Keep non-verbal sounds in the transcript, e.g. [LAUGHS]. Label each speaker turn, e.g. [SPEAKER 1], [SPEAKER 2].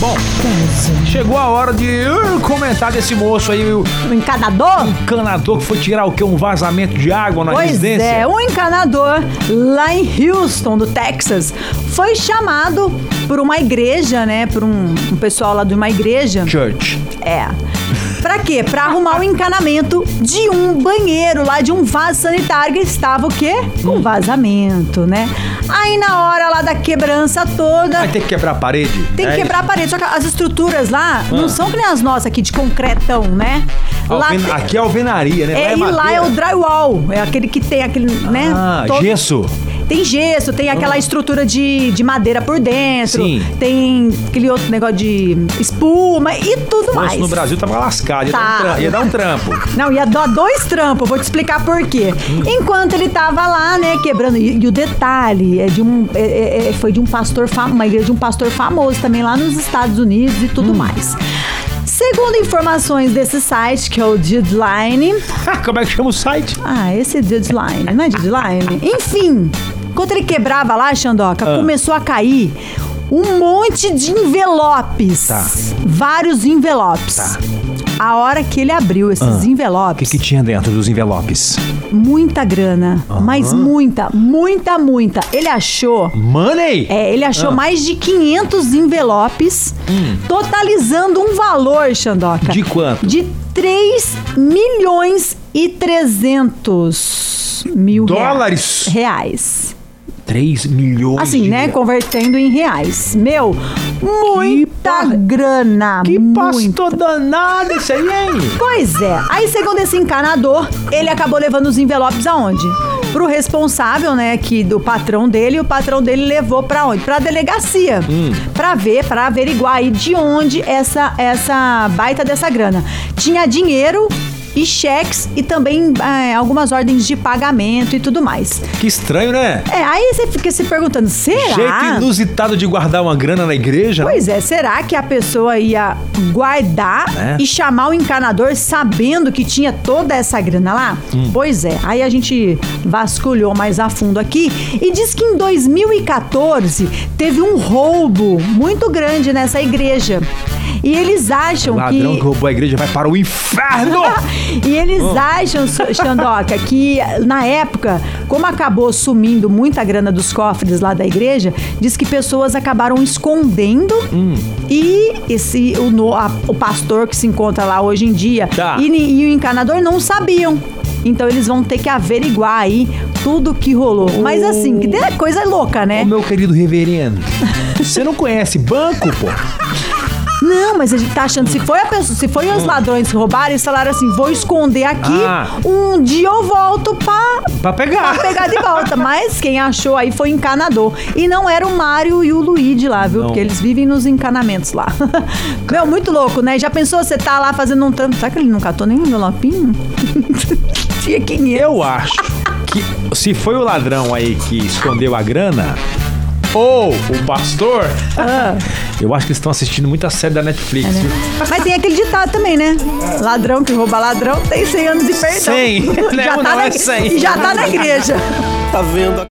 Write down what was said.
[SPEAKER 1] Bom, chegou a hora de uh, comentar desse moço aí, o
[SPEAKER 2] Um encanador?
[SPEAKER 1] encanador que foi tirar o quê? Um vazamento de água na
[SPEAKER 2] Pois
[SPEAKER 1] residência?
[SPEAKER 2] é, um encanador lá em Houston, do Texas, foi chamado por uma igreja, né? Por um, um pessoal lá de uma igreja.
[SPEAKER 1] Church.
[SPEAKER 2] É. Pra quê? Pra arrumar o encanamento de um banheiro lá, de um vaso sanitário que estava o quê?
[SPEAKER 1] Hum.
[SPEAKER 2] Com vazamento, né? Aí na hora lá da quebrança toda.
[SPEAKER 1] Vai ter que quebrar a parede?
[SPEAKER 2] Tem que
[SPEAKER 1] É
[SPEAKER 2] quebrar a parede. Só que as estruturas lá
[SPEAKER 1] Ah.
[SPEAKER 2] não são que nem as nossas aqui de concretão, né?
[SPEAKER 1] isso. Alven-
[SPEAKER 2] lá,
[SPEAKER 1] Aqui é alvenaria, né?
[SPEAKER 2] é, e lá é o drywall. É aquele que tem aquele, né?
[SPEAKER 1] Ah,
[SPEAKER 2] Todo-
[SPEAKER 1] gesso.
[SPEAKER 2] Tem gesso, tem aquela estrutura de, de madeira por dentro.
[SPEAKER 1] Sim.
[SPEAKER 2] Tem aquele outro negócio de espuma e tudo
[SPEAKER 1] Nossa,
[SPEAKER 2] mais.
[SPEAKER 1] no Brasil tava lascado. Ia,
[SPEAKER 2] Tá.
[SPEAKER 1] dar um tra- ia dar um trampo.
[SPEAKER 2] [LAUGHS]
[SPEAKER 1] [LAUGHS]
[SPEAKER 2] Não, ia dar dois trampos, vou te explicar por quê.
[SPEAKER 1] Hum.
[SPEAKER 2] Enquanto ele tava lá, né, quebrando. E, e o detalhe é de um. é- é- é- foi de um pastor famoso, uma igreja de um pastor famoso também lá nos Estados Unidos e
[SPEAKER 1] Hum.
[SPEAKER 2] tudo mais. Segundo informações desse site, que é o Deadline.
[SPEAKER 1] Como é que chama o site?
[SPEAKER 2] Ah, esse Deadline, não é Deadline? Enfim, enquanto ele quebrava lá, Xandoca,
[SPEAKER 1] Ah.
[SPEAKER 2] começou a cair um monte de envelopes.
[SPEAKER 1] Tá.
[SPEAKER 2] Vários envelopes.
[SPEAKER 1] Tá.
[SPEAKER 2] A hora que ele abriu esses
[SPEAKER 1] O que,
[SPEAKER 2] envelopes,
[SPEAKER 1] que tinha dentro dos envelopes?
[SPEAKER 2] muita grana. Mas muita, muita, muita. Ele achou.
[SPEAKER 1] Money!
[SPEAKER 2] É, ele achou
[SPEAKER 1] Ah.
[SPEAKER 2] mais de 500 envelopes, totalizando um valor, Xandoca.
[SPEAKER 1] Hum. De quanto?
[SPEAKER 2] De 3 milhões e 300 mil
[SPEAKER 1] Dólares?
[SPEAKER 2] Reais.
[SPEAKER 1] 3 milhões
[SPEAKER 2] Assim,
[SPEAKER 1] de
[SPEAKER 2] né? Convertendo em reais. Meu, muita grana.
[SPEAKER 1] Que
[SPEAKER 2] muita.
[SPEAKER 1] pastor danado esse aí, hein?
[SPEAKER 2] Pois é. Aí, segundo esse encanador, ele acabou levando os envelopes aonde? Pro responsável, né, que do patrão dele, e o patrão dele levou pra onde? Pra delegacia. Pra ver, pra averiguar aí de onde essa essa baita dessa grana. Tinha dinheiro e cheques e também é, algumas ordens de pagamento e tudo mais.
[SPEAKER 1] Que estranho, né?
[SPEAKER 2] É, aí você fica se perguntando, será?
[SPEAKER 1] Jeito inusitado de guardar uma grana na igreja. né?
[SPEAKER 2] Pois é, será que a pessoa ia guardar
[SPEAKER 1] Né?
[SPEAKER 2] e chamar o encanador sabendo que tinha toda essa grana lá? Pois é, aí a gente vasculhou mais a fundo aqui e diz que em 2014 teve um roubo muito grande nessa igreja. E eles acham
[SPEAKER 1] O ladrão que...
[SPEAKER 2] que.
[SPEAKER 1] roubou a igreja vai para o inferno!
[SPEAKER 2] E eles
[SPEAKER 1] Hum.
[SPEAKER 2] acham, Xandoca, que na época, como acabou sumindo muita grana dos cofres lá da igreja, diz que pessoas acabaram escondendo
[SPEAKER 1] Hum.
[SPEAKER 2] e esse, o, no- a- o pastor que se encontra lá hoje em dia
[SPEAKER 1] Tá.
[SPEAKER 2] e, ni- e o encanador não sabiam. Então eles vão ter que averiguar aí tudo que rolou. Mas assim, que é coisa louca,
[SPEAKER 1] Ô,
[SPEAKER 2] né?
[SPEAKER 1] meu querido reverendo, você não conhece banco, pô?
[SPEAKER 2] Não, mas a gente tá achando, se foi a pessoa, se foi os ladrões que roubaram, eles falaram assim, vou esconder aqui,
[SPEAKER 1] Ah.
[SPEAKER 2] um dia eu volto pra,
[SPEAKER 1] Pra pegar.
[SPEAKER 2] pra pegar de
[SPEAKER 1] [LAUGHS]
[SPEAKER 2] volta. Mas quem achou aí foi encanador. E não era o Mário e o Luigi lá, viu?
[SPEAKER 1] Não.
[SPEAKER 2] Porque eles vivem nos encanamentos lá. [LAUGHS] Meu, muito louco, né? Já pensou, você tá lá fazendo um trampo. Será que ele não catou nenhum envelopinho? [LAUGHS] Tinha 500.
[SPEAKER 1] Eu acho que se foi o ladrão aí que escondeu a grana, ou o pastor,
[SPEAKER 2] Ah.
[SPEAKER 1] eu acho que eles estão assistindo muita série da
[SPEAKER 2] É
[SPEAKER 1] Netflix, viu?
[SPEAKER 2] Mas tem aquele ditado também, né? Ladrão que rouba [LAUGHS] ladrão tem 100 anos de perdão.
[SPEAKER 1] Cem. Não,
[SPEAKER 2] Já tá
[SPEAKER 1] não
[SPEAKER 2] na-
[SPEAKER 1] é cem.
[SPEAKER 2] Já tá na igreja.
[SPEAKER 3] Tá vendo?